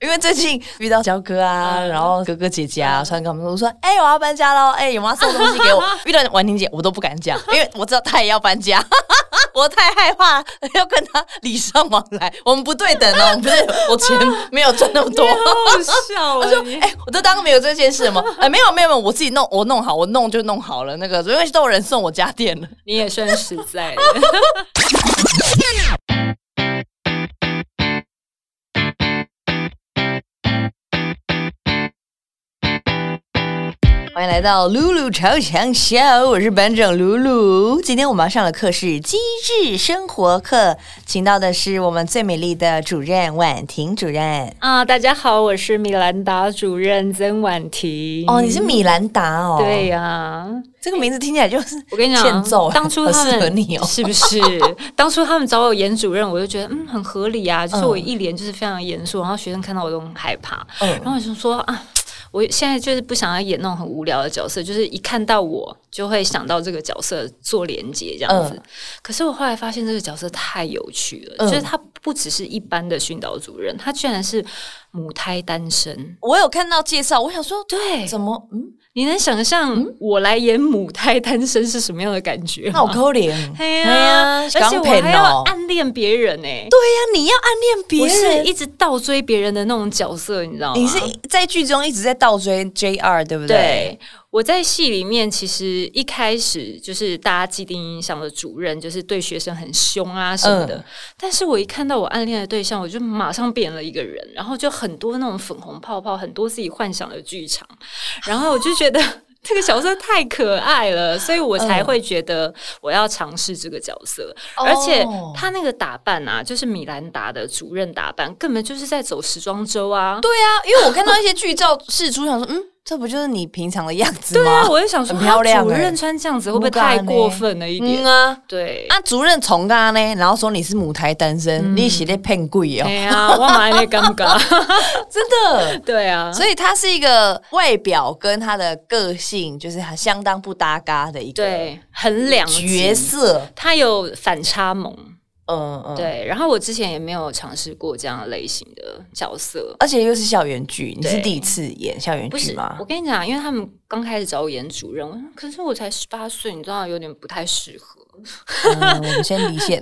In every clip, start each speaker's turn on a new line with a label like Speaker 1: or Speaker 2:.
Speaker 1: 因为最近遇到焦哥啊，然后哥哥姐姐啊，突然跟我们说，我说，哎、我要搬家喽，哎、有没有要送东西 给我？遇到婉婷姐，我都不敢 讲，因为我知道她也要搬家， 我太害怕要跟她礼尚往来，我们不对等 哦，我们不对等，我钱没有赚那么多。
Speaker 2: 好笑啊！你
Speaker 1: 哎、我都当没有这件事吗？哎、没有没有没有，我自己弄，我弄好，我弄就弄好了。那个因为都有人送我家电了，
Speaker 2: 你也算实在的。
Speaker 1: 欢迎来到露露超强秀，我是班长露露。今天我们要上的课是机智生活课，请到的是我们最美丽的主任婉婷主任。
Speaker 2: 啊，大家好，我是米兰达主任曾婉婷。
Speaker 1: 哦，你是米兰达哦，
Speaker 2: 对，呀、
Speaker 1: 这个名字听起来就是
Speaker 2: 我跟你
Speaker 1: 欠
Speaker 2: 讲
Speaker 1: 揍，，啊
Speaker 2: 当初
Speaker 1: 好
Speaker 2: 他
Speaker 1: 适合
Speaker 2: 们。
Speaker 1: 你哦
Speaker 2: 是不是？当初他们找我演主任，我就觉得嗯很合理啊，就是我一脸就是非常严肃，然后学生看到我都很害怕，
Speaker 1: 嗯
Speaker 2: 然后我就说啊。我现在就是不想要演那种很无聊的角色，就是一看到我就会想到这个角色做连接这样子。
Speaker 1: 嗯
Speaker 2: 可是我后来发现这个角色太有趣了，
Speaker 1: 嗯
Speaker 2: 就是他不只是一般的训导主任，他居然是母胎单身。
Speaker 1: 我有看到介绍，我想说，
Speaker 2: 对，
Speaker 1: 怎么，嗯，
Speaker 2: 你能想象我来演母胎单身是什么样的感觉
Speaker 1: 那我
Speaker 2: 吗？
Speaker 1: 可怜。
Speaker 2: 嘿呀、
Speaker 1: 嘿
Speaker 2: 而且
Speaker 1: 港
Speaker 2: 我
Speaker 1: 片
Speaker 2: 还要
Speaker 1: 哦
Speaker 2: 暗恋别人呢、
Speaker 1: 对呀、你要暗恋别
Speaker 2: 我是
Speaker 1: 人，
Speaker 2: 一直倒追别人的那种角色，你知道吗？
Speaker 1: 你是在剧中一直在倒追 JR，对不啊对？
Speaker 2: 对，我在戏里面其实一开始就是大家既定印象的主任，就是对学生很凶啊什么的。
Speaker 1: 嗯
Speaker 2: 但是我一看到我暗恋的对象，我就马上变了一个人，然后就很多那种粉红泡泡，很多自己幻想的剧场，然后我就 觉得。这个角色太可爱了，所以我才
Speaker 1: 嗯
Speaker 2: 会觉得我要尝试这个角色。
Speaker 1: 哦
Speaker 2: 而且他那个打扮啊，就是米兰达的主任打扮，根本就是在走时装周啊。
Speaker 1: 对啊，因为我看到一些剧照试出，想说，嗯，这不就是你平常的样子吗？
Speaker 2: 对啊，我就想说，
Speaker 1: 很漂亮
Speaker 2: 啊主
Speaker 1: 欸
Speaker 2: 任穿这样子会不会
Speaker 1: 木杆
Speaker 2: 太
Speaker 1: 欸
Speaker 2: 过分了一
Speaker 1: 嗯
Speaker 2: 点？
Speaker 1: 啊，
Speaker 2: 对，
Speaker 1: 啊，主任从刚呢，然后说你是母胎单
Speaker 2: 嗯
Speaker 1: 身，你是在骗鬼 哦
Speaker 2: 哎，呀，我蛮那尴 尬。
Speaker 1: 真的。
Speaker 2: 对啊，
Speaker 1: 所以他是一个外表跟他的个性就是相当不搭嘎的一个
Speaker 2: 对，很两极
Speaker 1: 角，色，
Speaker 2: 他有反差萌。
Speaker 1: 嗯嗯，，
Speaker 2: 对，然后我之前也没有尝试过这样类型的角色。
Speaker 1: 而且又是校园剧，你是
Speaker 2: 对
Speaker 1: 第一次演校园
Speaker 2: 不
Speaker 1: 剧
Speaker 2: 是
Speaker 1: 吗，
Speaker 2: 我？跟你讲，因为他们刚开始找我演主任，我说可是我才十八岁，你知道有点不太适 合。
Speaker 1: 嗯，我们先离线，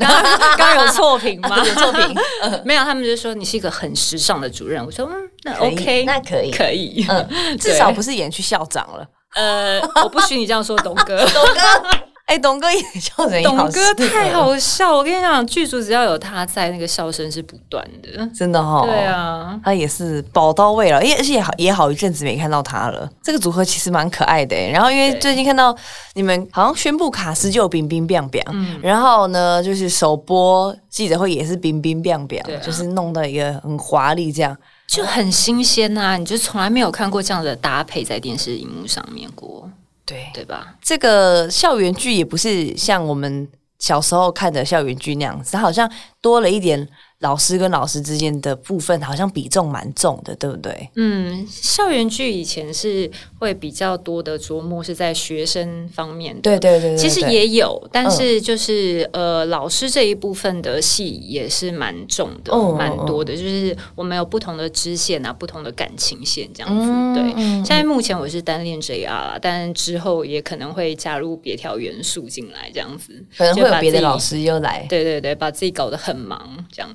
Speaker 2: 刚 有错评吗？
Speaker 1: 有作品，
Speaker 2: 没有，他们就说你是一个很时尚的主任。我说嗯，那
Speaker 1: 可以
Speaker 2: OK，
Speaker 1: 那可以
Speaker 2: 可以。
Speaker 1: 嗯，至少不是演去校长了。
Speaker 2: 呃，我不许你这样说，董哥。
Speaker 1: 董哥，哎、董哥也笑人，
Speaker 2: 董哥太，好笑，我跟你讲，剧组只要有他在，那个笑声是不断的。
Speaker 1: 真的哈、哦。
Speaker 2: 对，啊，
Speaker 1: 他也是宝刀未老，因为而且也好也好一阵子没看到他了。这个组合其实蛮可爱的、哎然后因为
Speaker 2: 对
Speaker 1: 最近看到你们好像宣布卡斯就有冰冰冰冰，
Speaker 2: 嗯
Speaker 1: 然后呢就是首播记者会也是冰冰冰冰
Speaker 2: 对，啊
Speaker 1: 就是弄到一个很华丽这样。
Speaker 2: 就很新鲜呐、你就从来没有看过这样的搭配在电视荧幕上面过，
Speaker 1: 对，
Speaker 2: 对吧？
Speaker 1: 这个校园剧也不是像我们小时候看的校园剧那样子，它好像多了一点老师跟老师之间的部分，好像比重蛮重的，对不对？
Speaker 2: 嗯，校园剧以前是会比较多的琢磨是在学生方面的，
Speaker 1: 对对对对
Speaker 2: 其实
Speaker 1: 对嗯
Speaker 2: 也有，但是就是、呃，老师这一部分的戏也是蛮重的，
Speaker 1: 哦
Speaker 2: 蛮多的。就是我们有不同的支线啊，不同的感情线这样子。
Speaker 1: 嗯
Speaker 2: 对，
Speaker 1: 嗯
Speaker 2: 现在目前我是单恋 JR，啦但之后也可能会加入别条元素进来，这样子
Speaker 1: 可能会
Speaker 2: 就把
Speaker 1: 有别的
Speaker 2: 自己
Speaker 1: 老师又来。
Speaker 2: 对对对，把自己搞得很忙，这样。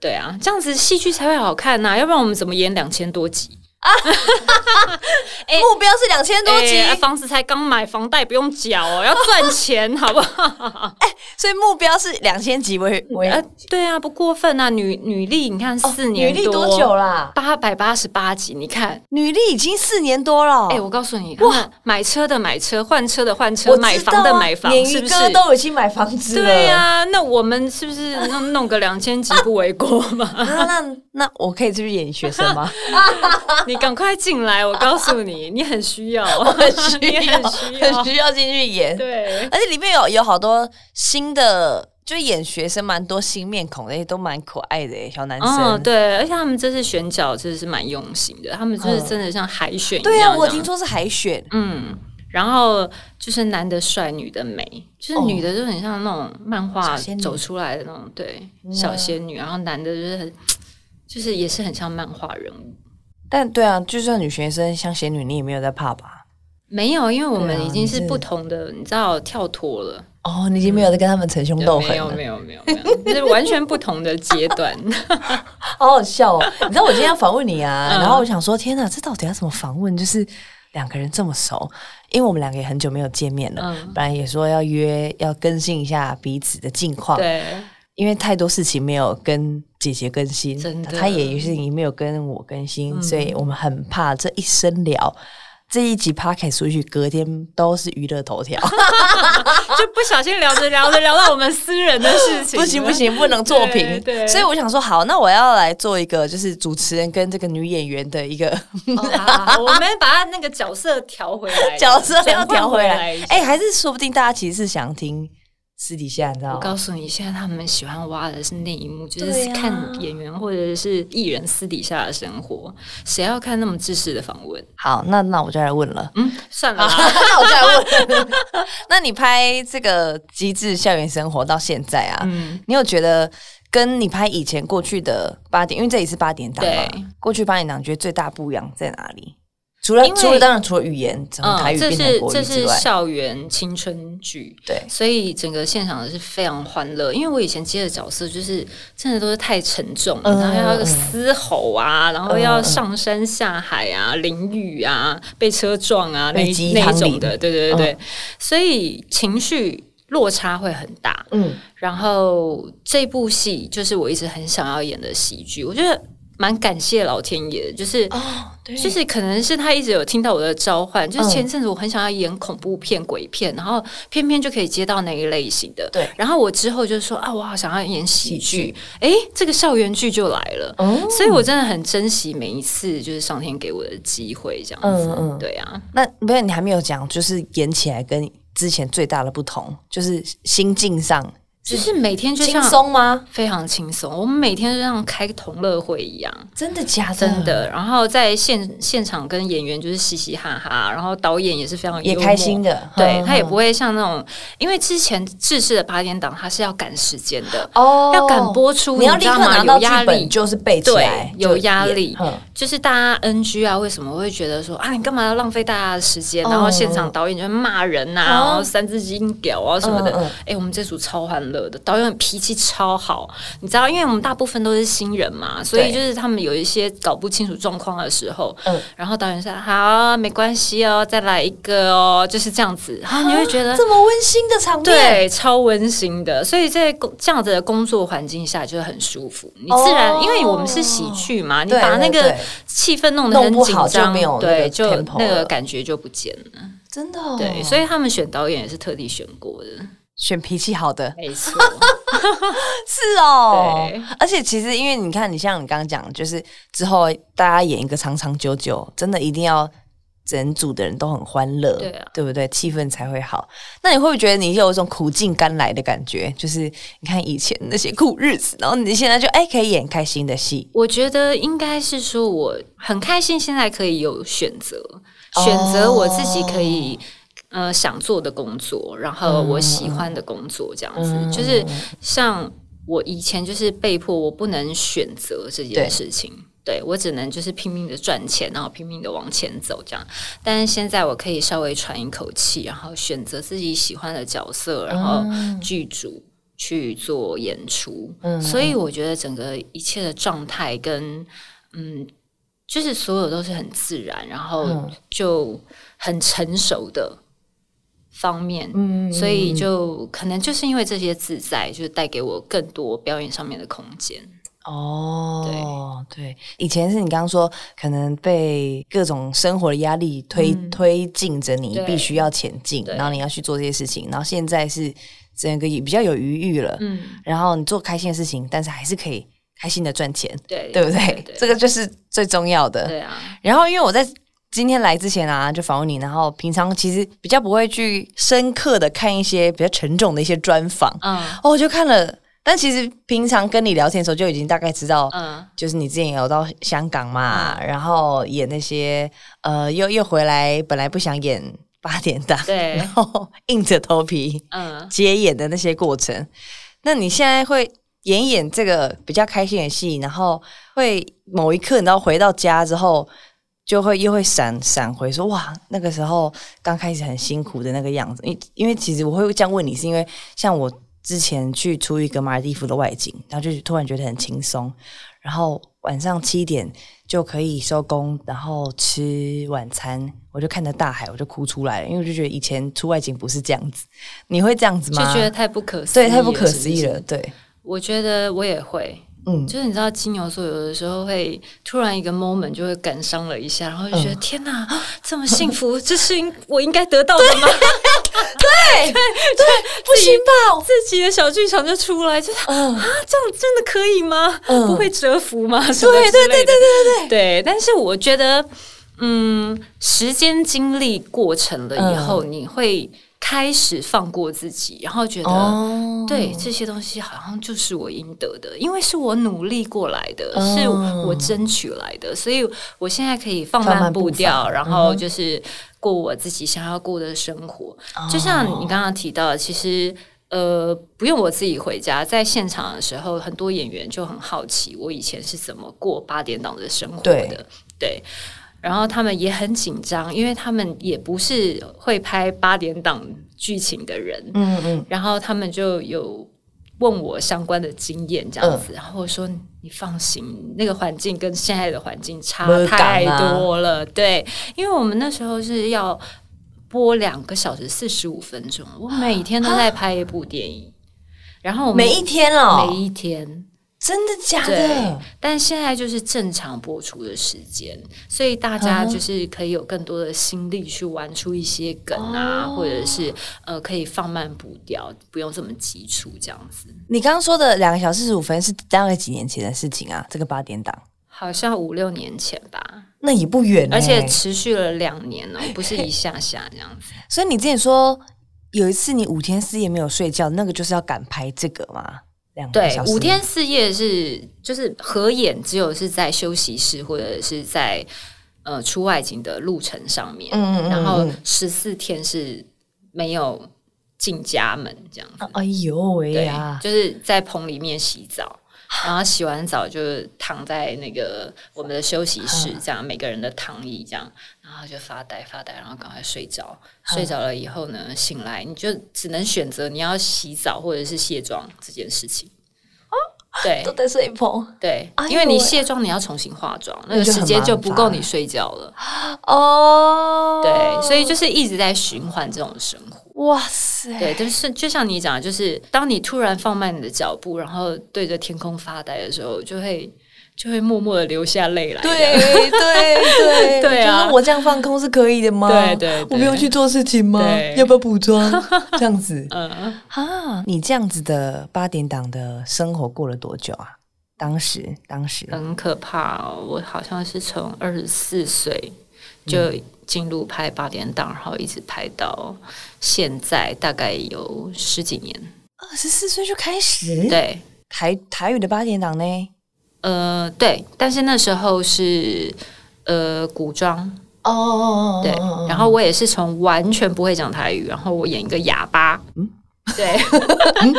Speaker 2: 对啊，这样子戏剧才会好看呐、要不然我们怎么演两千多集？欸
Speaker 1: 目标是两千多集，
Speaker 2: 哎房子才刚买，房贷不用缴哦，要赚钱，好不好？
Speaker 1: 所以目标是两千集为为
Speaker 2: 啊，对啊，不过分啊！女女力，你看四年
Speaker 1: 哦女力多久？啦？
Speaker 2: 八百八十八集，你看，
Speaker 1: 女力已经四年多了。
Speaker 2: 哎、我告诉你，哇，买车的买车，换车的换车，
Speaker 1: 知道啊
Speaker 2: 买房的买房，
Speaker 1: 鲶
Speaker 2: 是
Speaker 1: 鱼
Speaker 2: 不是？
Speaker 1: 哥都已经买房子了。
Speaker 2: 对呀、那我们是不是弄弄个两千集不为过嘛？
Speaker 1: 啊那那我可以去演学生吗？
Speaker 2: 你赶快进来，我告诉你，你很需 要，你很需
Speaker 1: 很
Speaker 2: 要，
Speaker 1: 需要进去演。
Speaker 2: 对，
Speaker 1: 而且里面有有好多新的就演学生蛮多新面孔的，也都蛮可爱的耶欸小男生。
Speaker 2: 嗯，对，而且他们这次选角真的是蛮用心的，他们就是真的像海选一样。
Speaker 1: 嗯对啊，我
Speaker 2: 这样
Speaker 1: 听说是海选，
Speaker 2: 嗯，然后就是男的帅，女的美，就是女的就很像那种漫画
Speaker 1: 小仙女
Speaker 2: 走出来的那种，对，小仙女。然后男的就是很，就是也是很像漫画人物。
Speaker 1: 但对啊，就算女学生像仙女，你也没有在怕吧？
Speaker 2: 没有，因为我
Speaker 1: 对啊
Speaker 2: 们已经
Speaker 1: 你
Speaker 2: 是
Speaker 1: 是
Speaker 2: 不同的，你知道跳脱了，
Speaker 1: 哦，你已经没有在跟他们逞凶
Speaker 2: 对
Speaker 1: 斗
Speaker 2: 没
Speaker 1: 狠
Speaker 2: 有
Speaker 1: 了，
Speaker 2: 没有没有没有，就是完全不同的阶段。
Speaker 1: 好好笑哦！ 你知道我今天要访问你啊，
Speaker 2: 嗯
Speaker 1: 然后我想说，天哪，这到底要怎么访问？就是两个人这么熟，因为我们两个也很久没有见面了，
Speaker 2: 嗯，
Speaker 1: 本来也说要约要更新一下彼此的近况，
Speaker 2: 对，
Speaker 1: 因为太多事情没有跟姐姐更新，
Speaker 2: 真的
Speaker 1: 她也有事情没有跟我更新，
Speaker 2: 嗯
Speaker 1: 所以我们很怕这一生聊。这一集 p o d c a s 出去，隔天都是娱乐头条，
Speaker 2: 就不小心聊着聊着聊到我们私人的事情，
Speaker 1: 不行不。行，不能作评
Speaker 2: 对。对
Speaker 1: 所以我想说，好，那我要来做一个，就是主持人跟这个女演员的一个
Speaker 2: 哦好好好我们把他那个角色调回来，
Speaker 1: 角色要
Speaker 2: 转换
Speaker 1: 调回来
Speaker 2: 一下。
Speaker 1: 哎、还是说不定大家其实是想听私底下，你知道
Speaker 2: 我
Speaker 1: 吗？
Speaker 2: 告诉你，现在他们喜欢挖的是那一幕，就
Speaker 1: 对
Speaker 2: 是
Speaker 1: 啊
Speaker 2: 看演员或者是艺人私底下的生活，谁要看那么自私的访问？
Speaker 1: 好，那那我就来问了。
Speaker 2: 嗯，算了
Speaker 1: 好，
Speaker 2: 啦。
Speaker 1: 那我再问， 那你拍这个《机智校园生活》到现在啊，
Speaker 2: 嗯，
Speaker 1: 你有觉得跟你拍以前过去的八点，因为这里是八点档
Speaker 2: 对
Speaker 1: 嘛，过去八点档你觉得最大不一样在哪里？除了
Speaker 2: 因为
Speaker 1: 除了当然除了语言从台
Speaker 2: 嗯，
Speaker 1: 语
Speaker 2: 这
Speaker 1: 变成
Speaker 2: 是
Speaker 1: 国
Speaker 2: 这
Speaker 1: 语之
Speaker 2: 是
Speaker 1: 外，
Speaker 2: 校园青春剧，
Speaker 1: 对
Speaker 2: 所以整个现场是非常欢乐。因为我以前接的角色就是真的都是太沉重了，
Speaker 1: 嗯
Speaker 2: 然后
Speaker 1: 嗯
Speaker 2: 要嘶吼啊，然后要上山下海啊，淋雨啊，被车撞啊，那
Speaker 1: 被
Speaker 2: 一
Speaker 1: 鸡
Speaker 2: 那
Speaker 1: 汤嗯
Speaker 2: 一
Speaker 1: 淋
Speaker 2: 种的，对对对对，所以情绪落差会很大。
Speaker 1: 嗯，
Speaker 2: 然后这部戏就是我一直很想要演的喜剧，我觉得蛮感谢老天爷的，就是
Speaker 1: 哦，对
Speaker 2: 就是可能是他一直有听到我的召唤，就是
Speaker 1: 嗯
Speaker 2: 前阵子我很想要演恐怖片、鬼片，然后偏偏就可以接到那一类型的。
Speaker 1: 对
Speaker 2: 然后我之后就说啊，我好想要演喜剧，哎，这个校园剧就来了。
Speaker 1: 哦，
Speaker 2: 所以，我真的很珍惜每一次就是上天给我的机会，这样子。
Speaker 1: 嗯嗯
Speaker 2: 对啊，
Speaker 1: 那没有你还没有讲，就是演起来跟之前最大的不同就是心境上
Speaker 2: 就是每天就
Speaker 1: 轻
Speaker 2: 像
Speaker 1: 松吗？
Speaker 2: 非常轻松，我们每天就像开同乐会一样。
Speaker 1: 真的假的？
Speaker 2: 真的，然后在现现场跟演员就是嘻嘻哈哈，然后导演也是非常
Speaker 1: 也
Speaker 2: 幽默
Speaker 1: 开心的，
Speaker 2: 对他也
Speaker 1: 嗯
Speaker 2: 不会像那种，因为之前制式的八点档，他是要赶时间的，
Speaker 1: 哦
Speaker 2: 要赶播出，
Speaker 1: 你要立
Speaker 2: 知道
Speaker 1: 刻
Speaker 2: 吗？
Speaker 1: 拿
Speaker 2: 有
Speaker 1: 到剧
Speaker 2: 压力
Speaker 1: 本。就是背起
Speaker 2: 对
Speaker 1: 来，
Speaker 2: 有
Speaker 1: 就
Speaker 2: 压
Speaker 1: 演
Speaker 2: 力
Speaker 1: 嗯
Speaker 2: 就是大家 NG 啊，为什么会觉得说啊，你干嘛要浪费大家的时间？
Speaker 1: 哦
Speaker 2: 然后现场导演就会骂人呐、啊，
Speaker 1: 哦
Speaker 2: 然后三字经屌啊什么的。哎、
Speaker 1: 嗯嗯
Speaker 2: 我们这组超欢乐的，导演脾气超好，你知道，因为我们大部分都是新人嘛，所以
Speaker 1: 对
Speaker 2: 就是他们有一些搞不清楚状况的时候，
Speaker 1: 嗯
Speaker 2: 然后导演说好，没关系哦，再来一个哦，就是这样子，然后你会觉得
Speaker 1: 啊这么温馨的场面，
Speaker 2: 对，超温馨的，所以在工这样子的工作环境下就是很舒服。你自然，
Speaker 1: 哦
Speaker 2: 因为我们是喜剧嘛，你
Speaker 1: 对
Speaker 2: 把那
Speaker 1: 对
Speaker 2: 个
Speaker 1: 对
Speaker 2: 气氛弄得
Speaker 1: 弄
Speaker 2: 很
Speaker 1: 不
Speaker 2: 紧
Speaker 1: 好就
Speaker 2: 张
Speaker 1: 没有，那
Speaker 2: 对，
Speaker 1: 个
Speaker 2: 就
Speaker 1: tempo
Speaker 2: 那
Speaker 1: 了
Speaker 2: 个感觉就不见了。
Speaker 1: 真的、哦、
Speaker 2: 对，所以他们选导演也是特地选过的，
Speaker 1: 选脾气好的
Speaker 2: 没错。
Speaker 1: 是哦
Speaker 2: 对。
Speaker 1: 而且其实因为你看，你像你刚刚讲，就是之后大家演一个长长久久，真的一定要整组的人都很欢乐，
Speaker 2: 对啊
Speaker 1: 不对？气氛才会好。那你会不会觉得你有一种苦尽甘来的感觉？就是你看以前那些苦日子，然后你现在就哎可以演开心的戏，
Speaker 2: 我觉得应该是说我很开心，现在可以有选择，
Speaker 1: 哦
Speaker 2: 选择我自己可以。呃，想做的工作，然后我喜欢的工作，这样子、
Speaker 1: 嗯
Speaker 2: 就是像我以前就是被迫我不能选择这件事情，对我只能就是拼命的赚钱，然后拼命的往前走这样。但是现在我可以稍微喘一口气，然后选择自己喜欢的角色，然后
Speaker 1: 嗯
Speaker 2: 剧组去做演出，所
Speaker 1: 嗯
Speaker 2: 以我觉得整个一切的状态跟嗯，就是所有都是很自然，然后
Speaker 1: 嗯
Speaker 2: 就很成熟的方面，
Speaker 1: 嗯
Speaker 2: 所以就可能就是因为这些自在，就带给我更多表演上面的空间。
Speaker 1: 哦，对，以前是你刚刚说可能被各种生活的压力推、推进着你，
Speaker 2: 嗯对
Speaker 1: 必须要前进，
Speaker 2: 对
Speaker 1: 然后你要去做这些事情，然后现在是整个也比较有余裕了，
Speaker 2: 嗯，
Speaker 1: 然后你做开心的事情，但是还是可以开心的赚钱，
Speaker 2: 对，
Speaker 1: 对不对？
Speaker 2: 对
Speaker 1: 这个就是最重要的。
Speaker 2: 对啊，
Speaker 1: 然后因为我在今天来之前啊，就访问你，然后平常其实比较不会去深刻的看一些比较沉重的一些专访，
Speaker 2: 嗯
Speaker 1: 哦，我就看了。但其实平常跟你聊天的时候，就已经大概知道，
Speaker 2: 嗯
Speaker 1: 就是你之前有到香港嘛，然后演那些呃，又又回来，本来不想演八点档，
Speaker 2: 对
Speaker 1: 然后硬着头皮
Speaker 2: 嗯，
Speaker 1: 接演的那些过程。那你现在会演一演这个比较开心的戏，然后会某一刻，你知道回到家之后，就会又会闪闪回说哇，那个时候刚开始很辛苦的那个样子。因因为其实我会这样问你，是因为像我之前去出一个马尔蒂夫的外景，然后就突然觉得很轻松，然后晚上七点就可以收工，然后吃晚餐，我就看着大海，我就哭出来了，因为我就觉得以前出外景不是这样子，你会这样子
Speaker 2: 就
Speaker 1: 吗？
Speaker 2: 觉得太不可思议
Speaker 1: 对，
Speaker 2: 了，
Speaker 1: 太不可思议
Speaker 2: 是不
Speaker 1: 了，
Speaker 2: 是。
Speaker 1: 对，
Speaker 2: 我觉得我也会，
Speaker 1: 嗯，
Speaker 2: 就是你知道金牛座有的时候会突然一个 moment 就会感伤了一下，然后就觉
Speaker 1: 嗯
Speaker 2: 得、天哪，啊这么幸福，这是应我应该得到的吗？
Speaker 1: 不行吧？
Speaker 2: 自己的小剧场就出来，就是
Speaker 1: 嗯，
Speaker 2: 啊，这样真的可以吗？
Speaker 1: 嗯
Speaker 2: 不会折服吗？什么
Speaker 1: 对对
Speaker 2: 之类
Speaker 1: 对对对
Speaker 2: 的
Speaker 1: 对对，
Speaker 2: 对，但是我觉得，嗯，时间经历过程了
Speaker 1: 嗯
Speaker 2: 以后，你会开始放过自己，然后觉得。
Speaker 1: 哦，
Speaker 2: 对这些东西好像就是我应得的，因为是我努力过来的，
Speaker 1: 哦
Speaker 2: 是我争取来的，所以我现在可以放
Speaker 1: 放慢
Speaker 2: 慢
Speaker 1: 步
Speaker 2: 步调，
Speaker 1: 伐嗯
Speaker 2: 然后就是过我自己想要过的生活。就像
Speaker 1: 哦
Speaker 2: 你刚刚提到的，其实。呃，不用我自己回家，在现场的时候，很多演员就很好奇我以前是怎么过八点档的生活
Speaker 1: 对
Speaker 2: 的，对。然后他们也很紧张，因为他们也不是会拍八点档剧情的人，
Speaker 1: 嗯嗯，
Speaker 2: 然后他们就有问我相关的经验这样子，
Speaker 1: 嗯
Speaker 2: 然后我说你放心，那个环境跟现在的环境差
Speaker 1: 没有港啊
Speaker 2: 太多了，对，因为我们那时候是要播两个小时四十五分钟，我每天都在拍一部电影，然后我
Speaker 1: 啊
Speaker 2: 们
Speaker 1: 每一天哦，
Speaker 2: 每一天。
Speaker 1: 真的假
Speaker 2: 对
Speaker 1: 的？，
Speaker 2: 但现在就是正常播出的时间，所以大家
Speaker 1: 嗯哼
Speaker 2: 就是可以有更多的心力去玩出一些梗啊，
Speaker 1: 哦
Speaker 2: 或者是呃可以放慢步调，不用这么急促这样子。
Speaker 1: 你刚刚说的两个小时十五分是大概几年前的事情啊？这个八点档，
Speaker 2: 好像五六年前吧，
Speaker 1: 那也不远欸，
Speaker 2: 而且持续了两年哦、不是一下下这样 子。
Speaker 1: 所以你之前说有一次你五天四夜没有睡觉，那个就是要赶拍这个嘛？两个
Speaker 2: 对
Speaker 1: 小，时
Speaker 2: 五天四夜是就是合演，只有是在休息室或者是在呃出外景的路程上面，
Speaker 1: 嗯嗯嗯
Speaker 2: 然后
Speaker 1: 嗯
Speaker 2: 十四天是没有进家门这样子，
Speaker 1: 哎呦喂
Speaker 2: 对
Speaker 1: 呀，！
Speaker 2: 就是在棚里面洗 澡。然后洗完澡就躺在那个我们的休息室，这样每个人的躺椅这样，然后就发呆发呆，然后赶快睡着。
Speaker 1: 嗯
Speaker 2: 睡着了以后呢，醒来你就只能选择你要洗澡或者是卸妆这件事情。对
Speaker 1: 哦都在睡棚
Speaker 2: 对
Speaker 1: 哎，呦
Speaker 2: 因为你卸妆你要重新化妆，那
Speaker 1: 那
Speaker 2: 个
Speaker 1: 就很
Speaker 2: 时间就不
Speaker 1: 麻
Speaker 2: 够
Speaker 1: 烦
Speaker 2: 你睡觉了。
Speaker 1: 哦，
Speaker 2: 对，所以就是一直在循环这种生活。
Speaker 1: 哇塞，
Speaker 2: 对，但是就像你讲的，就是当你突然放慢你的脚步，然后对着天空发呆的时候，就会就会默默的流下泪来。
Speaker 1: 对对对
Speaker 2: 对啊
Speaker 1: 就是我这样放空是可以的吗？
Speaker 2: 对对对
Speaker 1: 我不用去做事情吗
Speaker 2: 对？
Speaker 1: 要不要补妆？ 这样子
Speaker 2: 嗯，
Speaker 1: 啊？你这样子的八点档的生活过了多久啊？当时，当时，
Speaker 2: 很可怕哦。我好像是从二十四岁就进入拍八点档，然后一直拍到现在，大概有十几年。
Speaker 1: 二十四岁就开始
Speaker 2: 对，
Speaker 1: 台台语的八点档呢？
Speaker 2: 呃，对，但是那时候是呃古装，
Speaker 1: 哦哦哦
Speaker 2: 对，然后我也是从完全不会讲台语，然后我演一个哑巴，
Speaker 1: 嗯
Speaker 2: 对，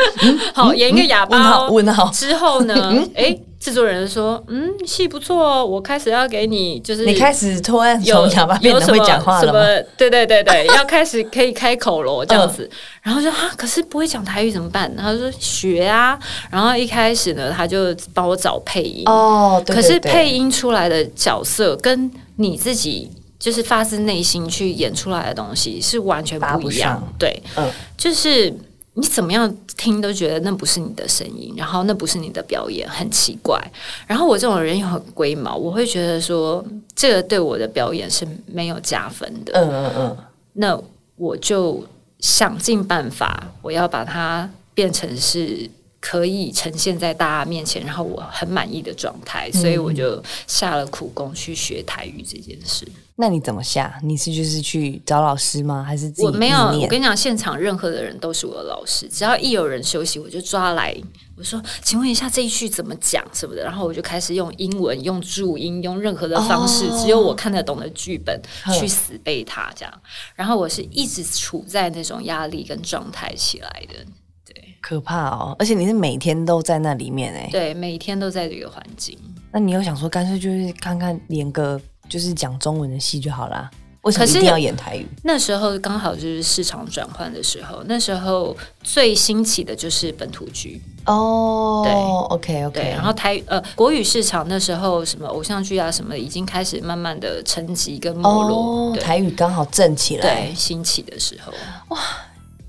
Speaker 2: 好演一个哑
Speaker 1: 问
Speaker 2: 巴
Speaker 1: 号
Speaker 2: 哦。
Speaker 1: 嗯问啊嗯号，
Speaker 2: 之后 呢，诶，制作人说，嗯，戏不错哦，我开始要给你就是
Speaker 1: 你开始突然
Speaker 2: 有
Speaker 1: 从哑巴变
Speaker 2: 有
Speaker 1: 成
Speaker 2: 什
Speaker 1: 会
Speaker 2: 么
Speaker 1: 讲话
Speaker 2: 什
Speaker 1: 了
Speaker 2: 么
Speaker 1: 吗？？
Speaker 2: 对对对 对，要开始可以开口了这样子。然后就啊，可是不会讲台语怎么办？然后说学啊。然后一开始呢，他就帮我找配音，
Speaker 1: 哦，对
Speaker 2: 可是
Speaker 1: 对对
Speaker 2: 配音出来的角色跟你自己就是发自内心去演出来的东西是完全
Speaker 1: 搭
Speaker 2: 不
Speaker 1: 不
Speaker 2: 一样
Speaker 1: 上。
Speaker 2: 对，
Speaker 1: 嗯
Speaker 2: 就是你怎么样听都觉得那不是你的声音，然后那不是你的表演，很奇怪。然后我这种人又很龟毛，我会觉得说这个对我的表演是没有加分的。
Speaker 1: 嗯嗯嗯，
Speaker 2: 那我就想尽办法，我要把它变成是可以呈现在大家面前，然后我很满意的状态，所以我
Speaker 1: 嗯
Speaker 2: 就下了苦功去学台语这件事。
Speaker 1: 那你怎么下？你是就是去找老师吗？还是自己
Speaker 2: 我没有，
Speaker 1: 意念
Speaker 2: 我跟你讲，现场任何的人都是我的老师，只要一有人休息，我就抓来，我说：“请问一下这一句怎么讲什么的。”然后我就开始用英文、用注音、用任何的方式，
Speaker 1: 哦
Speaker 2: 只有我看得懂的剧本
Speaker 1: 嗯
Speaker 2: 去死背它，这样。然后我是一直处在那种压力跟状态起来的，对
Speaker 1: 可怕哦！而且你是每天都在那里面哎，
Speaker 2: 对，每天都在这个环境。
Speaker 1: 那你又想说干脆就是看看连个就是讲中文的戏就好啦，为什么
Speaker 2: 可
Speaker 1: 一
Speaker 2: 是
Speaker 1: 定要演台语？
Speaker 2: 那时候刚好就是市场转换的时候，那时候最兴起的就是本土剧，
Speaker 1: 哦
Speaker 2: 对
Speaker 1: ，OK
Speaker 2: 对，
Speaker 1: OK，
Speaker 2: 然后台呃国语市场那时候什么偶像剧啊什么已经开始慢慢的沉寂跟没落，
Speaker 1: 哦，
Speaker 2: 对
Speaker 1: 台语刚好正起来
Speaker 2: 对，兴起的时候，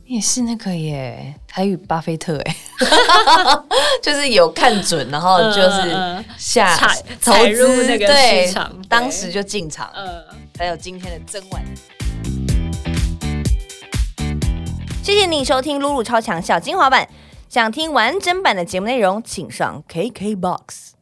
Speaker 1: 你也是那个耶，台语巴菲特 哎，就是有看准，然后就是
Speaker 2: 嗯嗯
Speaker 1: 下
Speaker 2: 踩
Speaker 1: 投
Speaker 2: 踩入
Speaker 1: 资
Speaker 2: 那个
Speaker 1: 对
Speaker 2: 市场对
Speaker 1: 当时就进场，
Speaker 2: 呃，
Speaker 1: 才有今天的真晚。
Speaker 3: 谢谢你收听《露露超强小精华版》，想听完整版的节目内容，请上 KKBOX。